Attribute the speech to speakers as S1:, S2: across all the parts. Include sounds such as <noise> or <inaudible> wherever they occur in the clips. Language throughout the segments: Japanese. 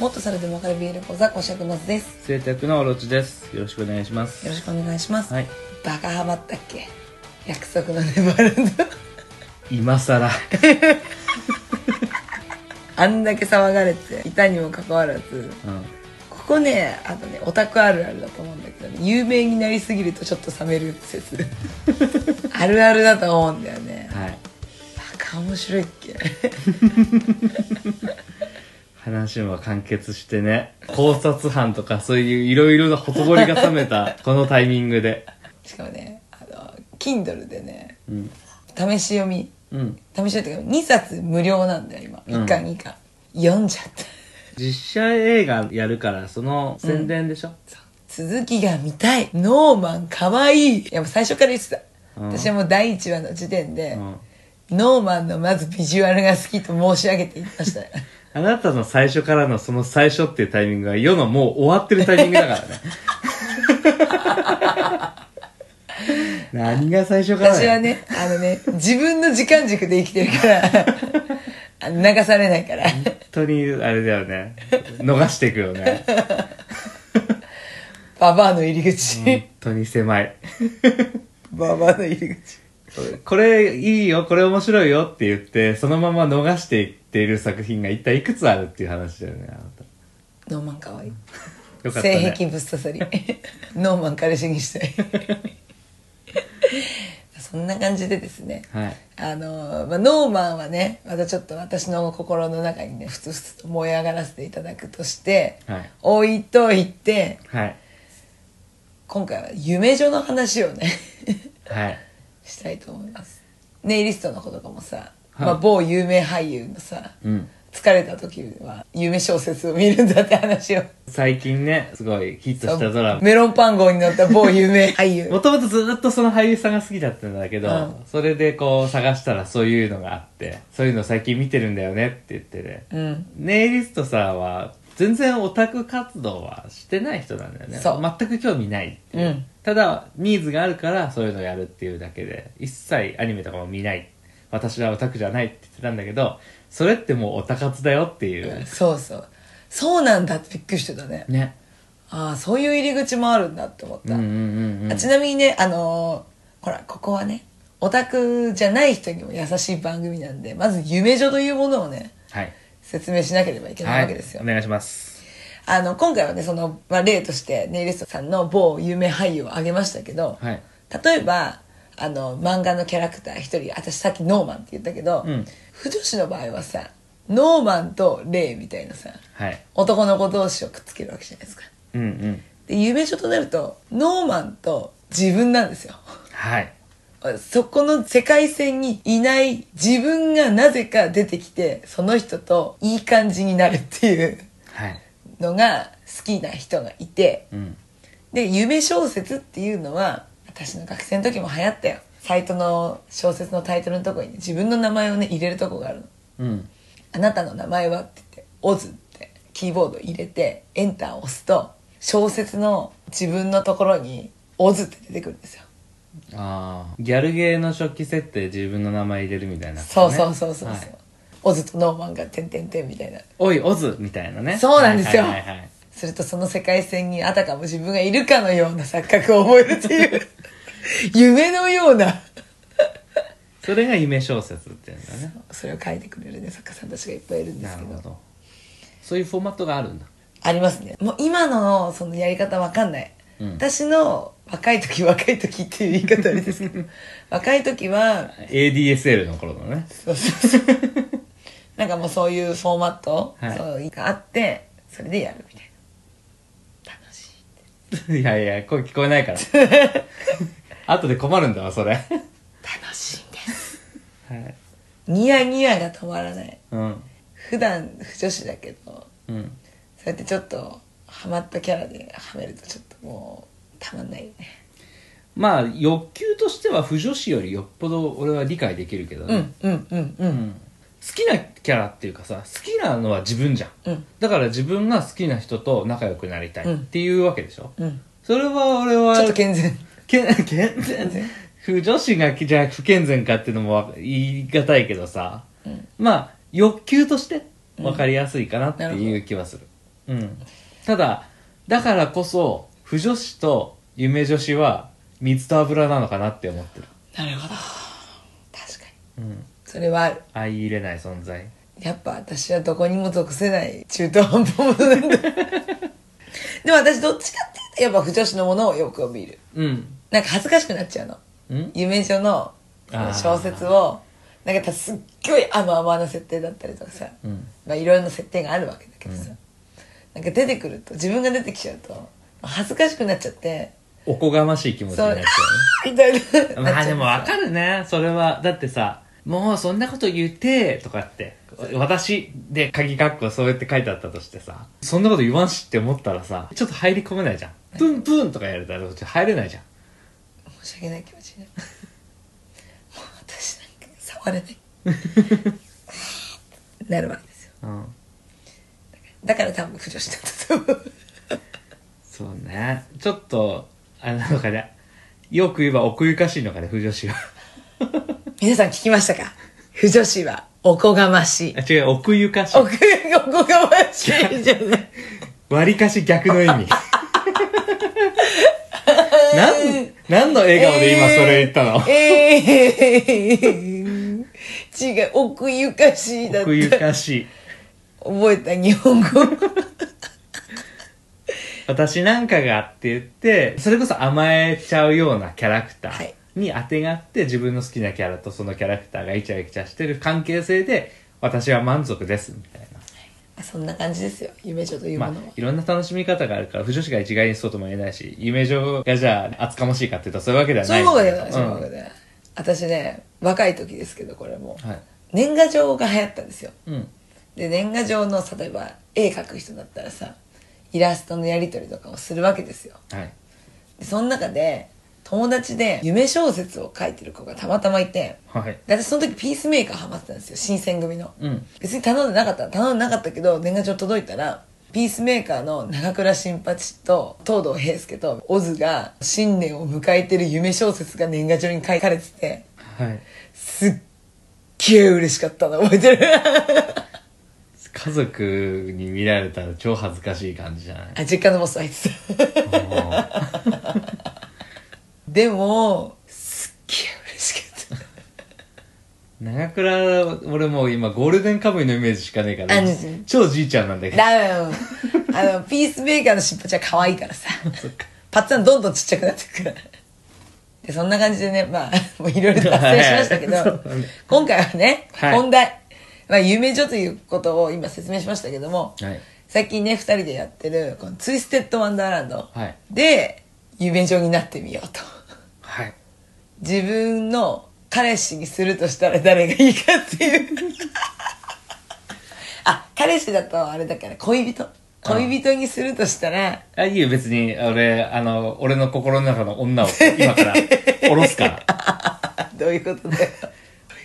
S1: もっとそれでもわかるビール講座講師役のずです
S2: 生宅のオロチですよろしくお願いします
S1: よろしくお願いします、
S2: はい
S1: バカハマったっけ約束のネバーランド <laughs>
S2: 今さら
S1: あんだけ騒がれていたにもかかわらず
S2: うん
S1: ここねあとねオタクあるあるだと思うんだけど、ね、有名になりすぎるとちょっと冷める説
S2: <laughs>
S1: あるあるだと思うんだよね
S2: はい
S1: バカ面白いっけ
S2: 話も完結してね考察班とかそういういろいろなほとぼりが冷
S1: <laughs>
S2: めたこのタイミングで
S1: しかもねあの Kindle でね
S2: うん
S1: 試し読み
S2: うん
S1: 試し読みっていうか2冊無料なんだよ今
S2: うん
S1: 1巻2巻、読んじゃった
S2: 実写映画やるからその宣伝でしょ、
S1: 続きが見たいノーマンかわいいいやもう最初から言ってた、
S2: うん
S1: 私はもう第1話の時点で、
S2: うん
S1: ノーマンのまずビジュアルが好きと申し上げていま
S2: <laughs>
S1: した
S2: あなたの最初からのその最初っていうタイミングが世のもう終わってるタイミングだ
S1: <laughs>
S2: からね何が最初からだ
S1: 私
S2: よ
S1: はねあのね自分の時間軸で生きてるからあの <laughs> 流されないから
S2: 本当にあれだよね逃していくよ
S1: <laughs>
S2: ね
S1: ババアの入り口、
S2: 本当に狭い
S1: ババアの入り口
S2: これいいよこれ面白いよって言ってそのまま逃していっている作品が一体いくつあるっていう話だよねあな
S1: ノーマンかわいい
S2: たよかった
S1: 性
S2: ね
S1: 癖ぶっ刺さり <laughs> ノーマン彼氏にしたい <laughs> そんな感じでですね
S2: はい
S1: あのまあ、ノーマンはねまたちょっと私の心の中にねふつふつと燃え上がらせていただくとして、
S2: はい
S1: 置いといて
S2: はい
S1: 今回は夢女の話をね <laughs>
S2: はい
S1: したいと思いますネイリストの子とかもさ、
S2: はい
S1: まあ、某有名俳優のさ、
S2: うん
S1: 疲れた時は夢小説を見るんだって話を
S2: 最近ねすごいヒットしたドラマ
S1: メロンパン号に乗った某有名俳優
S2: <laughs> もともとずーっとその俳優さんが好きだったんだけど、
S1: うん
S2: それでこう探したらそういうのがあってそういうの最近見てるんだよねって言ってね、
S1: うん
S2: ネイリストさんは全然オタク活動はしてない人なんだよね
S1: そう
S2: 全く興味ないっていう、
S1: うん
S2: ただニーズがあるからそういうのやるっていうだけで一切アニメとかも見ない私はオタクじゃないって言ってたんだけどそれってもうオタ活だよっていう、
S1: そうそうそうなんだってびっくりしてたね
S2: ね
S1: ああそういう入り口もあるんだって思っ
S2: うん
S1: た、
S2: うんうんうん
S1: あちなみにねあのーほらここはねオタクじゃない人にも優しい番組なんでまず夢女というものをね
S2: はい、
S1: 説明しなければいけないわけですよ、
S2: はい、お願いします
S1: あの今回はねその、まあ、例としてネイリストさんの某有名俳優を挙げましたけど、
S2: はい
S1: 例えばあの漫画のキャラクター一人私さっきノーマンって言ったけど、
S2: うん
S1: 不女子の場合はさノーマンとレイみたいなさ
S2: はい
S1: 男の子同士をくっつけるわけじゃないですか
S2: うんうん
S1: で夢女となるとノーマンと自分なんですよ
S2: はい
S1: そこの世界線にいない自分がなぜか出てきてその人といい感じになるっていう
S2: はい
S1: のが好きな人がいて
S2: うん
S1: で夢小説っていうのは私の学生の時も流行ったよサイトの小説のタイトルのとこに、ね、自分の名前をね入れるとこがあるの
S2: うん
S1: 「あなたの名前は?」って言って「オズ」ってキーボード入れてエンターを押すと小説の自分のところに「オズ」って出てくるんですよ
S2: ああギャルゲーの初期設定自分の名前入れるみたいな、
S1: そうそうそうそうそう、
S2: はい
S1: オズとノーマンが「てんてんてん」みたいな
S2: おいオズみたいなね
S1: そうなんですよ
S2: はいはいはいはい
S1: するとその世界線にあたかも自分がいるかのような錯覚を覚えるっていう
S2: <laughs>
S1: 夢のような
S2: それが夢小説っていうんだね
S1: それを書いてくれるね作家さんたちがいっぱいいるんで
S2: な
S1: す
S2: る
S1: けど
S2: ほどそういうフォーマットがあるんだ
S1: ありますねもう今のそのやり方わかんない、
S2: うん
S1: 私の若い時若い時っていう言い方あれですけ
S2: <laughs>
S1: ど若い時は
S2: ADSL の頃の
S1: <laughs>
S2: ね
S1: そうそうそうなんかもうそういうフォーマット、
S2: はい
S1: そうがあってそれでやるみたいな楽しい
S2: いやいや声聞こえ
S1: <laughs>
S2: ないから後で困るんだわそれ
S1: 楽しいんです
S2: はい
S1: ニヤニヤが止まらない
S2: うん
S1: 普段不女子だけど
S2: うん
S1: そうやってちょっとハマったキャラではめるとちょっともうたまんないよね
S2: まあ欲求としては不女子よりよっぽど俺は理解できるけどね、
S1: うんうんうんうん
S2: うん好きなキャラっていうかさ好きなのは自分じゃん、
S1: うん
S2: だから自分が好きな人と仲良くなりたい
S1: うん
S2: っていうわけでしょ、
S1: うん
S2: それは俺は
S1: ちょっと健全
S2: け <laughs> 健全不女子がじゃあ不健全かっていうのもわ言い難いけどさ、まあ欲求として分かりやすいかなって
S1: なるほ
S2: いう気はする、うん、ただだからこそ腐女子と夢女子は水と油なのかなって思ってる、
S1: なるほど確かに
S2: うん、
S1: それはある
S2: 相入れない存在
S1: やっぱ私はどこにも属せない中途半端者
S2: <laughs>
S1: なんだでも私どっちかっていうとやっぱ不女子のものをよく見る
S2: うん
S1: なんか恥ずかしくなっちゃうの
S2: うん
S1: 夢女の
S2: あー
S1: 小説をなんかすっごい甘々な設定だったりとかさ、
S2: うん
S1: まあいろいろな設定があるわけだけどさ、なんか出てくると自分が出てきちゃうと恥ずかしくなっちゃって
S2: おこがましい気持ちになっちゃうね
S1: みたいな
S2: まあでもわ
S1: る
S2: かるねそれはだってさもうそんなこと言ってとかって私で鍵括弧そうやって書いてあったとしてさそんなこと言わんしって思ったらさちょっと入り込めないじゃんプンプンとかやれたら入れないじゃん
S1: 申し訳ない気持ちになるもう私なんか触れないなるわけですよ
S2: うん
S1: だから多分浮上したんだと思う
S2: そうねちょっとあれなのかねよく言えば奥ゆかしいのかね不女子は <laughs>
S1: 皆さん聞きましたか不女子はおこがましい
S2: あ違う奥ゆかしい
S1: おこおこがましいじゃない
S2: 割りかし逆の意 <laughs> 味なん何の笑顔で今それ言ったの、
S1: えー、違う奥ゆかしいだった
S2: 奥ゆかしい
S1: 覚えた日本語
S2: 私なんかがって言ってそれこそ甘えちゃうようなキャラクタ
S1: はい
S2: ーにあてがって、自分の好きなキャラとそのキャラクターがイチャイチャしてる関係性で私は満足ですみたいな
S1: そんな感じですよ夢女というも
S2: まあ
S1: のは、、
S2: いろんな楽しみ方があるから、不女子が一概にそうとも言えないし、夢女がじゃあ、厚かましいかって言ったらそういうわけでは
S1: そう
S2: ないい。
S1: うわけじゃない、そういうわけ
S2: ん
S1: じゃない。私ね、若い時ですけど、これも。
S2: はい。
S1: 年賀状が流行ったんですよ。
S2: うん。
S1: で、年賀状の、例えば、絵描く人だったらさ、イラストのやり取りとかをするわけですよ。
S2: はい。
S1: で、その中で、友達で夢小説を書いてる子がたまたまいて、
S2: はい。
S1: で私その時ピースメーカーハマってたんですよ、新選組の。
S2: うん。
S1: 別に頼んでなかった頼んでなかったけど年賀状届いたらピースメーカーの長倉新八と東堂平介とオズが新年を迎えてる夢小説が年賀状に書かれてて
S2: はい。
S1: すっげえ嬉しかったの覚えてる <laughs>
S2: 家族に見られたら超恥ずかしい感じじゃない <laughs>
S1: あ実家のボス入ってた <laughs>
S2: もう
S1: でもすっげえ嬉しかっ
S2: 長倉、俺もう今ゴールデンカムイのイメージしかねえから
S1: あうん、
S2: 超じいちゃんなんだけ
S1: た
S2: ど。
S1: ダメよ <laughs> あのピースメーカーの新八は可愛いからさパッツンどんどんちっちゃくなってくからでそんな感じでねまあ <laughs> もういろいろ達成しましたけど、
S2: <laughs> はいそうだね
S1: 今回はね、
S2: はい
S1: 本題、まあ、夢女ということを今説明しましたけども、
S2: はい
S1: 最近ね2人でやってるこの「ツイステッド・ワンダーランド」
S2: はい
S1: で夢女になってみようと
S2: はい。
S1: 自分の彼氏にするとしたら誰がいいかっていう <laughs> あ彼氏だとあれだから恋人恋人にするとしたら、
S2: あ、いいよ、別に、俺、あの、俺の心の中の女を今から下ろすから。
S1: <laughs> あどういうこと <laughs> だよ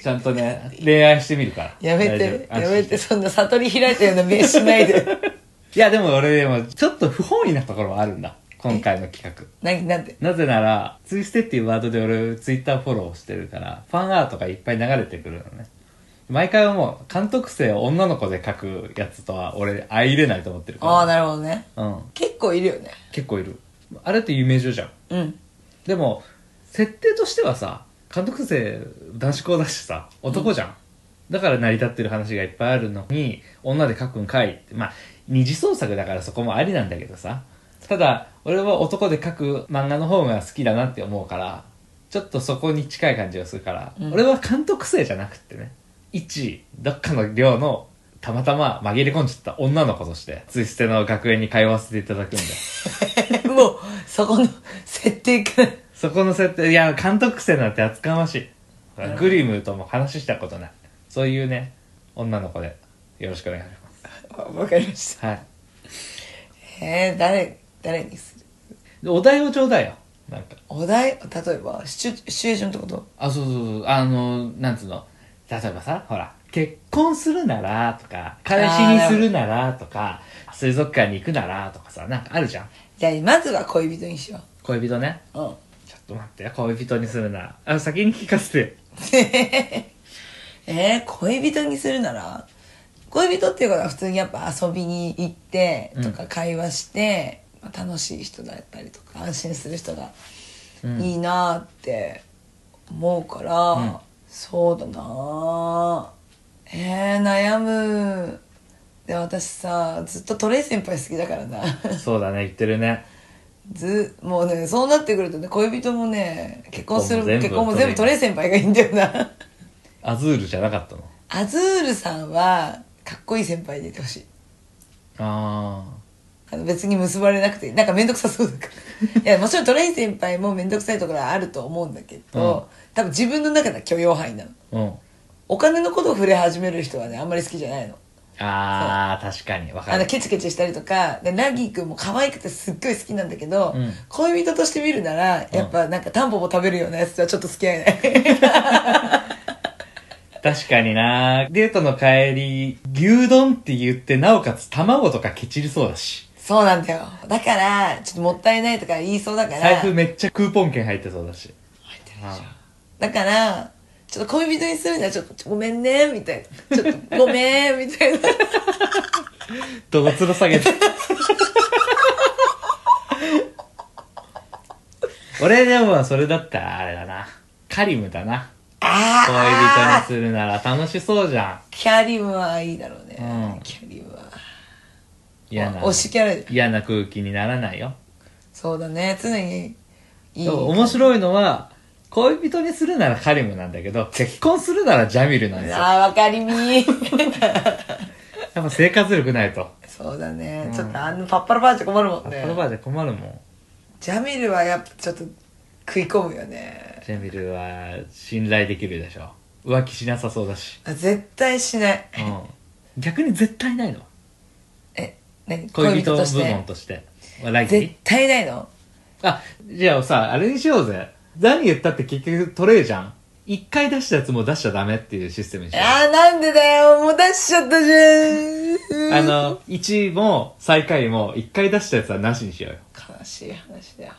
S2: ちゃんとね、恋愛してみるから。
S1: やめ
S2: 大
S1: て
S2: 丈夫
S1: や
S2: 安心
S1: めてそんな悟り開いたような目しないで <laughs>
S2: いや、でも俺、でも、ちょっと不本意なところはあるんだ。今回の企画。
S1: 何なんて
S2: なぜなら、ツイステっていうワードで俺、ツイッターフォローしてるから、ファンアートがいっぱい流れてくるのね。毎回思う、監督生を女の子で書くやつとは、俺、相入れないと思ってる
S1: ああ
S2: か
S1: なるほどね
S2: ら。うん。
S1: 結構いるよね
S2: 結構いる。あれって夢女じゃん。
S1: うん <laughs>
S2: でも、設定としてはさ、監督生、男子校だしさ、男じゃん。だから成り立ってる話がいっぱいあるのに、女で書くんかいって。まあ、二次創作だからそこもありなんだけどさ。ただ、俺は男で書く漫画の方が好きだなって思うから、ちょっとそこに近い感じがするから、
S1: うん
S2: 俺は監督生じゃなくってね、一、どっかの寮の、たまたま紛れ込んじゃった女の子として、ツイステの学園に通わせていただくんだよ。
S1: もうそこの設定から
S2: そこの設定、いや、監督生なんて厚かましい。グリムとも話したことない。そういうね、女の子で、よろしくお願いしま
S1: <laughs> わかりまし
S2: す。はい。
S1: たえー、誰誰にする
S2: でお題をちょうだいよ。なんか。
S1: お題例えばシチュシチュエーションってこと
S2: あ、そうそうそう。あの、なんつうの。例えばさ、ほら、結婚するなら、とか、彼氏にするなら、とか、水族館に行くなら、とかさ、なんかあるじゃん。
S1: じゃあまずは恋人にしよ
S2: 恋人ね。
S1: ううん
S2: ちょっと待ってよ、恋人にするなら。あ、先に聞かせて。
S1: えー、恋人にするなら恋人っていうことは普通にやっぱ遊びに行ってとか会話して、まあ、楽しい人だったりとか安心する人が
S2: うん
S1: いいなって思うから、
S2: うん
S1: そうだなあえー、悩むで私さずっとトレイ先輩好きだからな <laughs>
S2: <laughs> そうだね言ってるね
S1: ずもうねそうなってくるとね恋人もね結婚する結
S2: 結
S1: 婚
S2: 婚
S1: も
S2: も
S1: 全
S2: 全
S1: 部
S2: 部
S1: トレイ先輩がいいんだよな
S2: アズールじゃなかったの
S1: アズールさんはかっこいい先輩でいてほしい
S2: あ
S1: あの別に結ばれなくてなんか面倒くさそうだから <laughs> いやもちろんトレイ先輩も面倒くさいところはあると思うんだけど、多分自分の中では許容範囲なの
S2: あうん
S1: お金のことを触れ始める人はねあんまり好きじゃないの
S2: ああ確かにわか
S1: あの
S2: る
S1: ケチケチしたりとかでナギーくんも可愛くてすっごい好きなんだけど、
S2: うん
S1: 恋人として見るならやっぱなんかタンポポ食べるようなやつとはちょっと付き合えない
S2: 確かになデートの帰り牛丼って言ってなおかつ卵とかケチりそうだし
S1: そうなんだよだからちょっともったいないとか言いそうだから
S2: 財布めっちゃクーポン券入ってそうだし
S1: 入ってるでしょだからちょっと恋人にするにはちょっとごめんねみたいなちょっとごめんみたいな
S2: どうつら
S1: <laughs>
S2: 下げて俺でもそれだったらあれだなカリムだな
S1: あ
S2: 恋人に
S1: あ
S2: するなら楽しそうじゃ
S1: キャリムはいいだろうね、
S2: うん
S1: キャリムは
S2: ん嫌な
S1: 推しキャラで
S2: 嫌な空気にならないよ
S1: そうだね常にいい
S2: でも面白いのは恋人にするならカリムなんだけ <laughs> ど結婚するならジャミルなんですよ
S1: ああわかりみ <laughs> ー
S2: やっぱ生活力ないと
S1: そうだね、
S2: うん
S1: ちょっとあのパッパラパーじゃ困るもん
S2: こ
S1: ね
S2: の場で困るもん
S1: ジャミルはやっぱちょっと食い込むよね
S2: ジャミルは信頼できるでしょ浮気しなさそうだし、
S1: あ絶対しない
S2: うん、逆に絶対ないの
S1: え何
S2: 恋人
S1: と
S2: 部
S1: して
S2: 門としてはラ
S1: 絶
S2: ギ
S1: 対ないの
S2: あじゃあさあれにしようぜ何言ったって結局トレイじゃん一回出したやつもう出しちゃダメっていうシステムにしよう
S1: あーなんでだよもう出しちゃったじゃん
S2: あの1位も最下位も一回出したやつはなしにしようよ
S1: 悲しい話だよ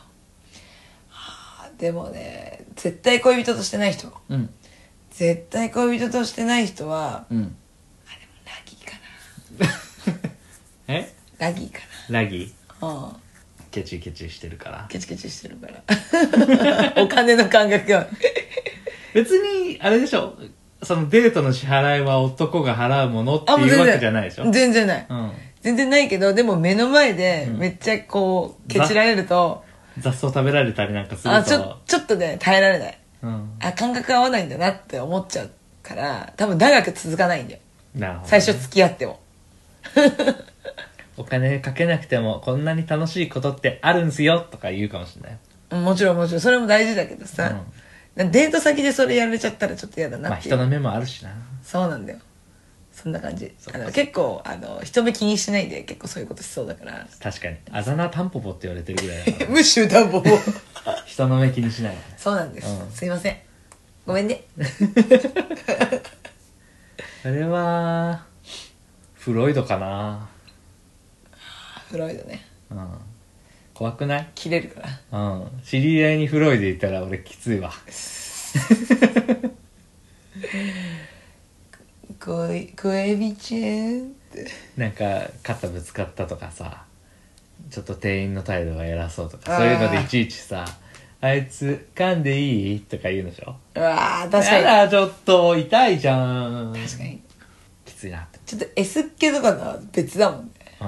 S1: はあでもね絶対恋人としてない人
S2: うん
S1: 絶対恋人としてない人は
S2: うん
S1: あでもラギーか
S2: え
S1: なラギーか
S2: ラギ
S1: なうん
S2: ケチケチしてるから
S1: ケチケチしてるから
S2: <laughs>
S1: お金の感覚が
S2: 別にあれでしょそのデートの支払いは男が払うものって
S1: あもう
S2: いう
S1: 全
S2: わ
S1: 然
S2: けじゃないでしょ
S1: 全然ない、
S2: うん
S1: 全然ないけどでも目の前で
S2: うん
S1: めっちゃこう、ケチられると
S2: 雑草食べられたりなんかすると
S1: あちょちょっとね耐えられない
S2: うん、
S1: あ感覚合わないんだなって思っちゃうから多分長く続かないんだよ
S2: なるほど
S1: 最初付き合っても
S2: お金かけなくてもこんなに楽しいことってあるんすよとか言うかもしれない
S1: もちろんもちろんそれも大事だけど
S2: う
S1: さ
S2: ん、
S1: なデート先でそれやられちゃったらちょっと嫌だ
S2: ま
S1: な
S2: あ
S1: っていう、
S2: 人の目もあるしな
S1: そうなんだよそんな感じ
S2: そう
S1: あ
S2: か
S1: の結構あの人目気にしないで結構そういうことしそうだから <laughs>
S2: 確かにあざなタンポポって言われてるぐらい <laughs> だか
S1: 無臭だもん
S2: ら人の目気にしない
S1: <laughs> そうなんです、
S2: うん
S1: すいませんごめんね
S2: それはフロイドかな
S1: フロイドね
S2: うん怖くない
S1: 切れるから
S2: うん知り合いにフロイドいたら俺きついわ
S1: 恋恋人ちゃんって
S2: なんか肩ぶつかったとかさちょっと店員の態度が偉そうと
S1: あー
S2: かそういうのでいちいちさ「あいつ噛んでいい?」とか言うのでしょ
S1: うわー確かに
S2: やだちょっと痛いじゃん
S1: 確かに
S2: きついなって
S1: ちょっと S っ気とかのは別だもんね
S2: う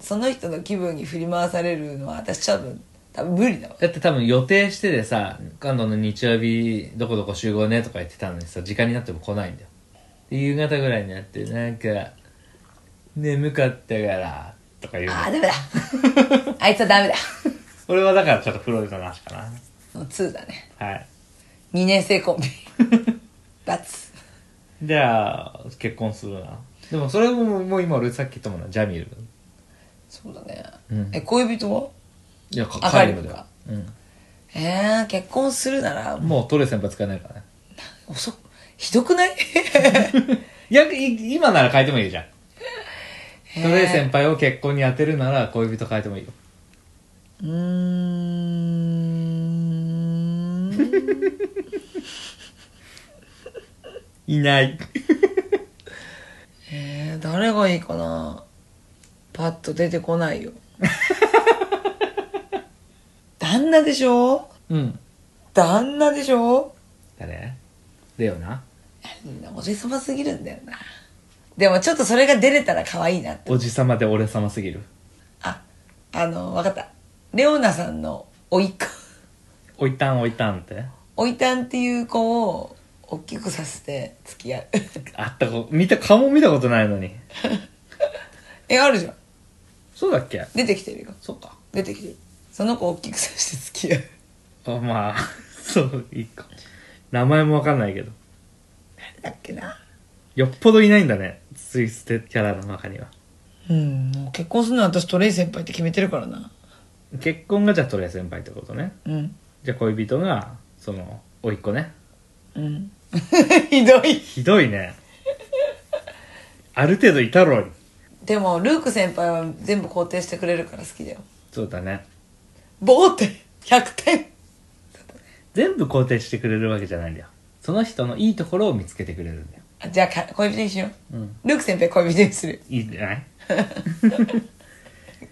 S2: ん
S1: その人の気分に振り回されるのは私多分多分無理だわ
S2: だって多分予定しててさ今度の日曜日どこどこ集合ねとか言ってたのにさ時間になっても来ないんだよで夕方ぐらいになってなんか眠かったからとか言うの
S1: ああ <laughs> ダメだあいつはダメだ
S2: 俺はだからちょっとフロイドなしかな
S1: もう2だね
S2: はい
S1: 2年生コンビバツ
S2: じゃあ結婚するなでもそれももう今俺さっき言ったもんなジャミル
S1: そうだね、
S2: うん
S1: え恋人はい
S2: やか
S1: あ
S2: カリム
S1: カリム
S2: だ
S1: か
S2: よ、うん
S1: えー、結婚するなら
S2: もうトレ先輩使えないからね
S1: 遅くひど <laughs> くない
S2: いやい今なら変えてもいいじゃんトレ先輩を結婚に当てるなら恋人変えてもいいよ
S1: うーん
S2: いない
S1: えー、誰がいいかなパッと出てこ <laughs> ないよ旦那でしょ
S2: うん
S1: 旦那でしょ
S2: 誰だよな
S1: おじさますぎるんだよなでもちょっとそれが出れたら可愛いなって
S2: おじさまで俺様すぎる
S1: ああのわかったレオナさんのおいっ子
S2: おいたんおいたんって
S1: おいたんっていう子を大きくさせて付き合う <laughs>
S2: あったこ見た顔も見たことないのに
S1: えあるじゃん
S2: そうだっけ
S1: 出てきてるよ
S2: そっか
S1: 出てきてるその子を大きくさせて <laughs> 付き合う
S2: あまあ <laughs> そういいか名前もわかんないけど
S1: 誰だっけな
S2: よっぽどいないんだねツイステキャラの中には
S1: うんもう結婚するのは私トレイ先輩って決めてるからな
S2: 結婚がじゃあトレア先輩ってことね
S1: うん
S2: じゃあ恋人がそのおいっ子ね
S1: うん <laughs> ひどい
S2: ひどいねある程度いたろうに
S1: でもルーク先輩は全部肯定してくれるから好きだよ
S2: そうだね
S1: ボーって100点
S2: 全部肯定してくれるわけじゃないんだよその人のいいところを見つけてくれるんだよ
S1: あじゃあか恋人にしよう、
S2: うん
S1: ルーク先輩恋人に
S2: <laughs>
S1: する
S2: いいんじゃない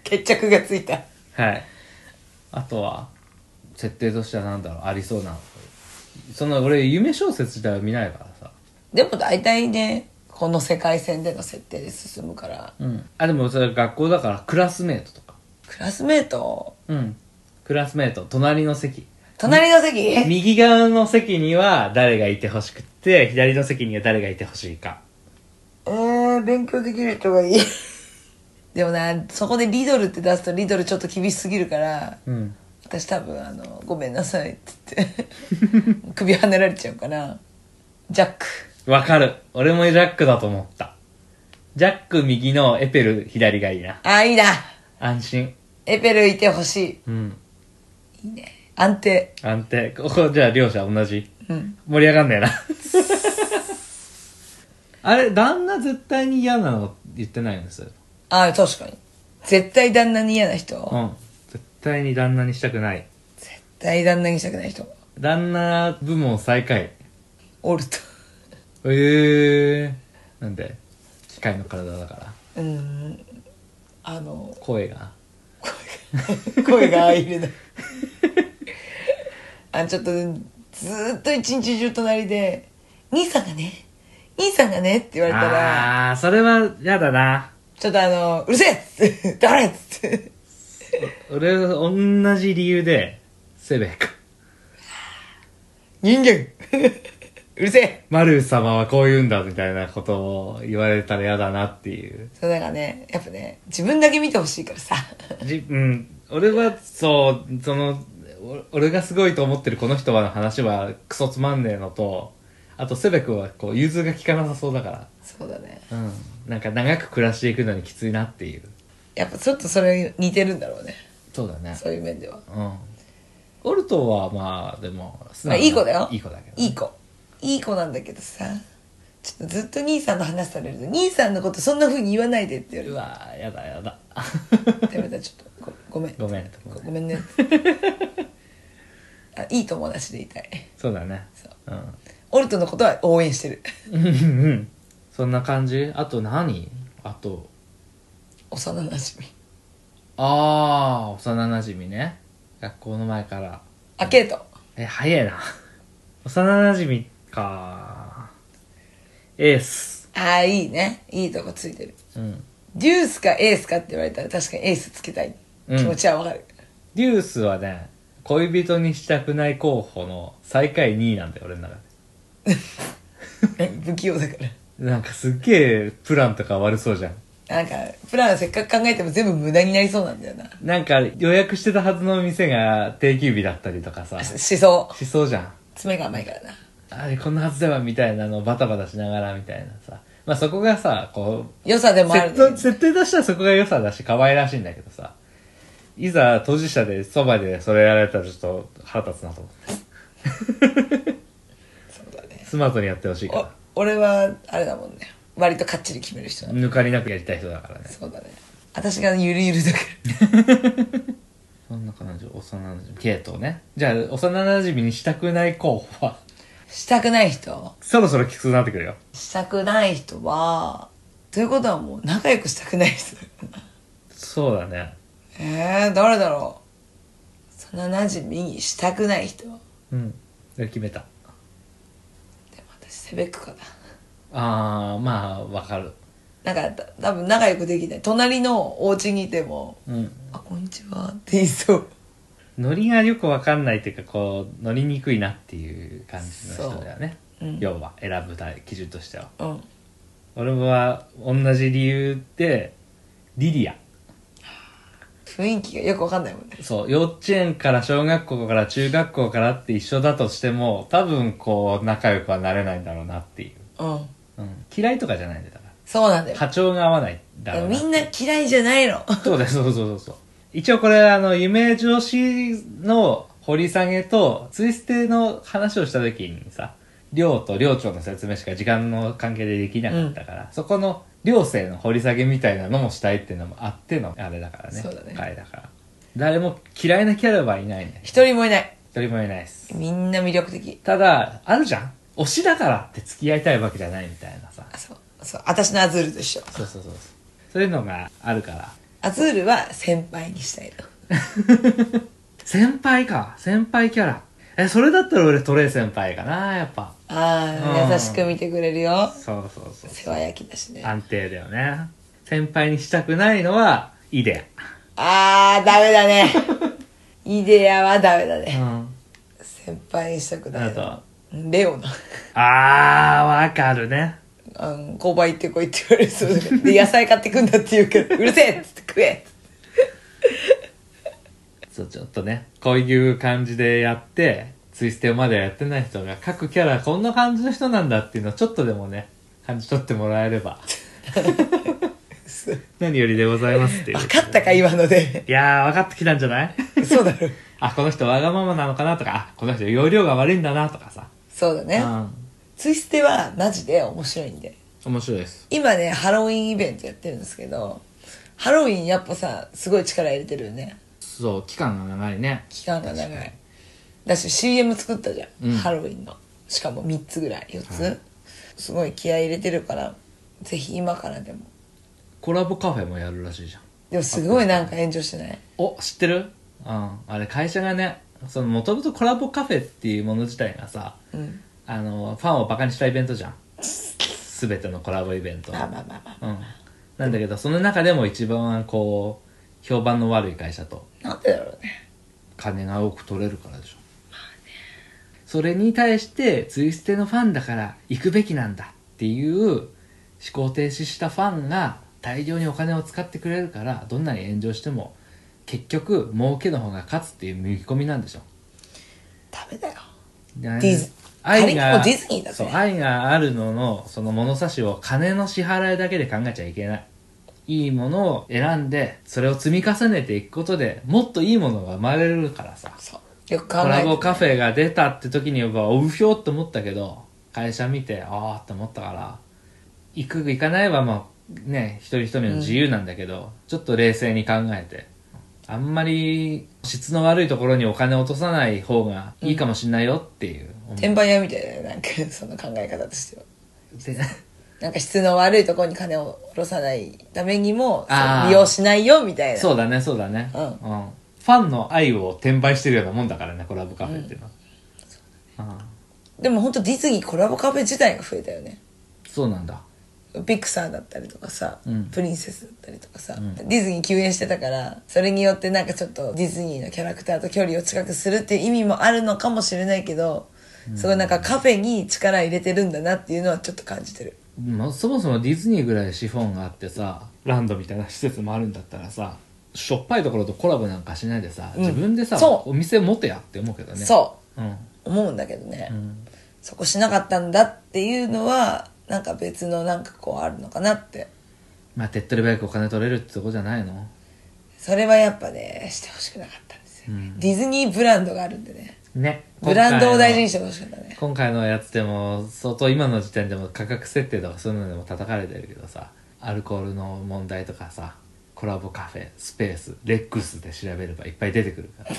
S1: 決着がついた
S2: はいあとは設定としては何だろうありそうなその俺夢小説自体は見ないからさ
S1: でも大体ねこの世界線での設定で進むから
S2: うんあでもそれ学校だからクラスメートとか
S1: クラスメート
S2: うんクラスメート隣の席
S1: 隣の席
S2: 右側の席には誰がいてほしくって左の席には誰がいてほしいか
S1: えー、勉強できる人がいいでもなそこでリドルって出すとリドルちょっと厳しすぎるから
S2: うん
S1: 私多分あの「ごめんなさい」って言って首はねられちゃうからジャック
S2: わかる俺もジャックだと思ったジャック右のエペル左がいいな
S1: ああいいな
S2: 安心
S1: エペルいてほし
S2: うん
S1: いいいね安定
S2: 安定ここじゃあ両者同じ
S1: うん
S2: 盛り上がんねえな <laughs> あれ旦那絶対に嫌なの言ってないんです
S1: ああ確かに絶対旦那に嫌な人、
S2: うん絶対に旦那にしたくない
S1: 絶対旦那にしたくない人
S2: 旦那部門最下位
S1: おると
S2: ええー、なんで機械の体だから
S1: うんあ <laughs> の
S2: 声が
S1: 声が声が入れない <laughs> あちょっとずーっと一日中隣で「兄さんがね兄さんがね」って言われたら
S2: ああーそれは嫌だな
S1: ちょっとあの「うるせえ!」っつって「黙れ!」っつって
S2: 俺同じ理由でセベか
S1: 「人間 <laughs> うるせえ!
S2: マルー様はこう言うんだみたいなことを言われたら嫌だなっていう」
S1: そうだからねやっぱね自分だけ見てほしいからさ <laughs>
S2: じうん俺はそうそのお俺がすごいと思ってるこの人はの話はクソつまんねえのとあとセベ君はこう融通が利かなさそうだか
S1: そうだね
S2: らうんなんか長く暮らしていくのにきついなっていう
S1: やっぱちょっとそれ似てるんだろうね
S2: そうだね
S1: そういう面では
S2: うんオルトはまあでも素
S1: まあ
S2: 直ない
S1: い子だよ
S2: いい子だけどね
S1: いい子いい子なんだけどさちょっとずっと兄さんの話されると兄さんのことそんなふうに言わないでって言われ
S2: う <laughs>
S1: る
S2: わーやだやだ
S1: ダメだちょっとごごめん
S2: ごめん
S1: ごごめんねあいい友達でいたい
S2: そうだね
S1: そう
S2: うん
S1: オルトのことは応援してる
S2: うんうんそんな感じあと何あと
S1: 幼なじみ
S2: ああ幼なじみね学校の前から
S1: あケイト
S2: え早いな幼なじみかエース
S1: ああいいねいいとこついてる
S2: うん
S1: デュースかエースかって言われたら確かにエースつけたい
S2: うん
S1: 気持ちはわか
S2: <laughs>
S1: る、
S2: デュースはね恋人にしたくない候補の最下位2位なんだよ俺の中で
S1: 不器用だから
S2: なんかすっげえプランとか悪そうじゃん
S1: なんかプランせっかく考えても全部無駄になりそうなんだよな
S2: なんか予約してたはずの店が定休日だったりとかさ
S1: ししそう
S2: しそうじゃん
S1: 爪が甘いからな
S2: あれこんなはずではみたいなのをバタバタしながらみたいなさまあそこがさこ
S1: 良さで
S2: う
S1: もあるん
S2: 設
S1: だけ
S2: 定
S1: ど
S2: 設定としてはそこが良さだし可愛らしいんだけどさいざ当事者でそばでそれやられたらちょっと腹立つなと思って
S1: <laughs> そうだね
S2: スマートにやってほしいか
S1: お
S2: ら
S1: 俺はあれだもんね割とかっちり決める人なの
S2: 抜かりなくやりたい人だからね
S1: そうだね私がゆるゆるだか
S2: そんな感じ幼なじみケイトねじゃあ幼なじみにしたくない候補 <laughs> は
S1: らしたくない人
S2: そろそろきつくなってくるよ
S1: したくない人はということはもう仲良くしたくない人 <laughs> だよな
S2: そうだね
S1: えー、誰だろう幼馴染にしたくない人でも
S2: うん決めた
S1: 私セベックか
S2: ああまあわかる
S1: ななんかた多分仲良くできない隣のお家にいても
S2: うん
S1: 「あこんにちは」って言いそう
S2: ノリがよくわかんないっていうかこう乗りにくいなっていう感じの人だよね、
S1: そううん
S2: 要は選ぶた基準としては
S1: うんあ
S2: 俺は同じ理由でリリア
S1: 雰囲気がよくわかんないもんね
S2: そう幼稚園から小学校から中学校からって一緒だとしても多分こう仲良くはなれないんだろうなっていう、
S1: うん
S2: うん、嫌いとかじゃないんだよだか
S1: そうなんだ
S2: ら
S1: よ
S2: 波長が合わないんだろうな
S1: みんな嫌いじゃないの <laughs>
S2: そうだよそうそうそうそう一応これあの夢女子の掘り下げとツイステの話をした時にさ寮と寮長の説明しか時間の関係でできなかったから、そこの寮生の掘り下げみたいなのもしたいっていうのもあってのあれだからね
S1: そうだね
S2: 会だから誰も嫌いなキャラはいないね
S1: 一人もいない
S2: 一人もいないです
S1: みんな魅力的
S2: ただあるじゃん推しだからって付き合いたいわけじゃないみたいなさ
S1: あそうそう私のアズールと一緒
S2: そうそうそうそうそういうのがあるから
S1: アズールは先輩にしたいの
S2: 先輩か先輩キャラえそれだったら俺トレイ先輩かなやっぱ
S1: あ
S2: うん
S1: あ優しく見てくれるよ
S2: そうそうそう
S1: 世話焼きだしねあ
S2: 安定だよね先輩にしたくないのはイデ
S1: あーダメだね <laughs> イデアはダメだ
S2: ア、う
S1: ね
S2: ん、
S1: 先輩にしたくな
S2: あ
S1: い
S2: と
S1: レオナ
S2: あーわかるね
S1: <laughs> あの購買行ってこいって言われそうだからで野菜買ってくんだって言うけどう <laughs> るせえっつって食え
S2: そうちょっとねこういう感じでやってツイステをまだやってない人が各キャラこんな感じの人なんだっていうのをちょっとでもね感じ取ってもらえれ <laughs> ば何よりでございますっていう
S1: 分かったか今ので
S2: <laughs> いやー分かってきたんじゃない
S1: そうだろ
S2: あ、この人わがままなのかなとか、あ、この人容量が悪いんだなとかさ。
S1: そうだ
S2: う
S1: ね
S2: ん。
S1: ツイステはマジで面白いんで
S2: 面白いです。
S1: 今ねハロウィンイベントやってるんですけどハロウィンやっぱさすごい力入れてるよね
S2: そう、期間が長いね。
S1: 期間が長いだし CM 作ったじゃん、
S2: うん
S1: ハロウィンのしかも3つぐらい4つ、
S2: はい
S1: すごい気合い入れてるからぜひ今からでも
S2: コラボカフェもやるらしいじゃん。
S1: でもすごいなんか炎上してない
S2: お、知ってるうん。あれ、会社がね、その、もともとコラボカフェっていうもの自体がさ、
S1: うん
S2: あの、ファンをバカにしたイベントじゃん。すべてのコラボイベント。
S1: まあまあまあまあ
S2: うん。なんだけど、その中でも一番こう、評判の悪い会社と、
S1: なんでだろうね
S2: 金が多く取れるからでしょ。それに対して、ツイステのファンだから行くべきなんだっていう思考停止したファンが大量にお金を使ってくれるから、どんなに炎上しても結局儲けの方が勝つっていう見込みなんでしょ。
S1: ダメだよ
S2: ね
S1: ディズ
S2: 愛
S1: あれ
S2: が、
S1: もうディズニーだぜ
S2: そう、愛があるのの、その物差しを金の支払いだけで考えちゃいけない。いいものを選んで、それを積み重ねていくことでもっといいものが生まれるからさ。
S1: そうよく考
S2: コ
S1: え
S2: ラ
S1: て
S2: ボカフェが出たって時にやっぱうひょーって思ったけど会社見てああって思ったから行く行かないはまあね一人一人の自由なんだけど、ちょっと冷静に考えてあんまり質の悪いところにお金落とさない方がいいかもしんないよっていう、
S1: 転売屋みたいだよねなんか <laughs> その考え方としては
S2: で
S1: なんか質の悪いところに金を下ろさないためにもそう
S2: あー
S1: 利用しないよみたいな
S2: そうだねそうだね
S1: うん
S2: ファンの愛を転売してるようなもんだからねコラボカフェっていうのは、うん
S1: でも本当ディズニーコラボカフェ自体が増えたよね
S2: そうなんだ
S1: ピクサーだったりとかさ、
S2: うん
S1: プリンセスだったりとかさ、
S2: ん
S1: ディズニー休園してたからそれによってなんかちょっとディズニーのキャラクターと距離を近くするっていう意味もあるのかもしれないけど、すごいなんかカフェに力入れてるんだなっていうのはちょっと感じてる
S2: まあ、そもそもディズニーぐらいシフォンがあってさランドみたいな施設もあるんだったらさしょっぱいところとコラボなんかしないでさ、自分でさ
S1: そう
S2: お店持てやって思うけどね、
S1: そう
S2: うん、
S1: う思うんだけどね、そこしなかったんだっていうのはなんか別のなんかこうあるのかなって
S2: まあ手っ取り早くお金取れるってとこじゃないの
S1: それはやっぱねしてほしくなかったんですよ、ディズニーブランドがあるんでね
S2: ね
S1: ブランドを大事に
S2: し
S1: してほしかったね
S2: 今回のやつでも相当今の時点でも価格設定とかそういうのでも叩かれてるけどさアルコールの問題とかさコラボカフェスペースレックスで調べればいっぱい出てくるから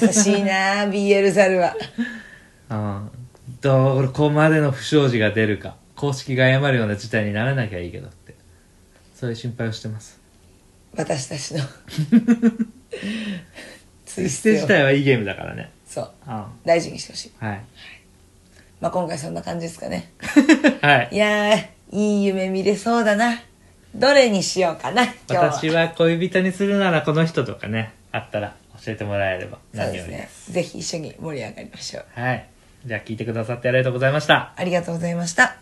S2: さ
S1: 優しいなあ BL ザルは
S2: うんどこまでの不祥事が出るか公式が謝るような事態にならなきゃいいけどってそういう心配をしてます
S1: 私たちのツイ
S2: 一
S1: ス
S2: 世
S1: テ
S2: 自体はいいゲームだからね
S1: そう
S2: うんは
S1: 大事にしてほしい、
S2: い <laughs>
S1: まあ、今回そんな感じですかね
S2: はい
S1: いやーいい夢見れそうだなどれにしようかな今日は
S2: 私は恋人にするならこの人とかねあったら教えてもらえれば
S1: そう
S2: 何
S1: で
S2: よ
S1: す
S2: り
S1: ねぜひ一緒に盛り上がりましょう
S2: はいじゃあ聞いてくださってありがとうございました
S1: ありがとうございました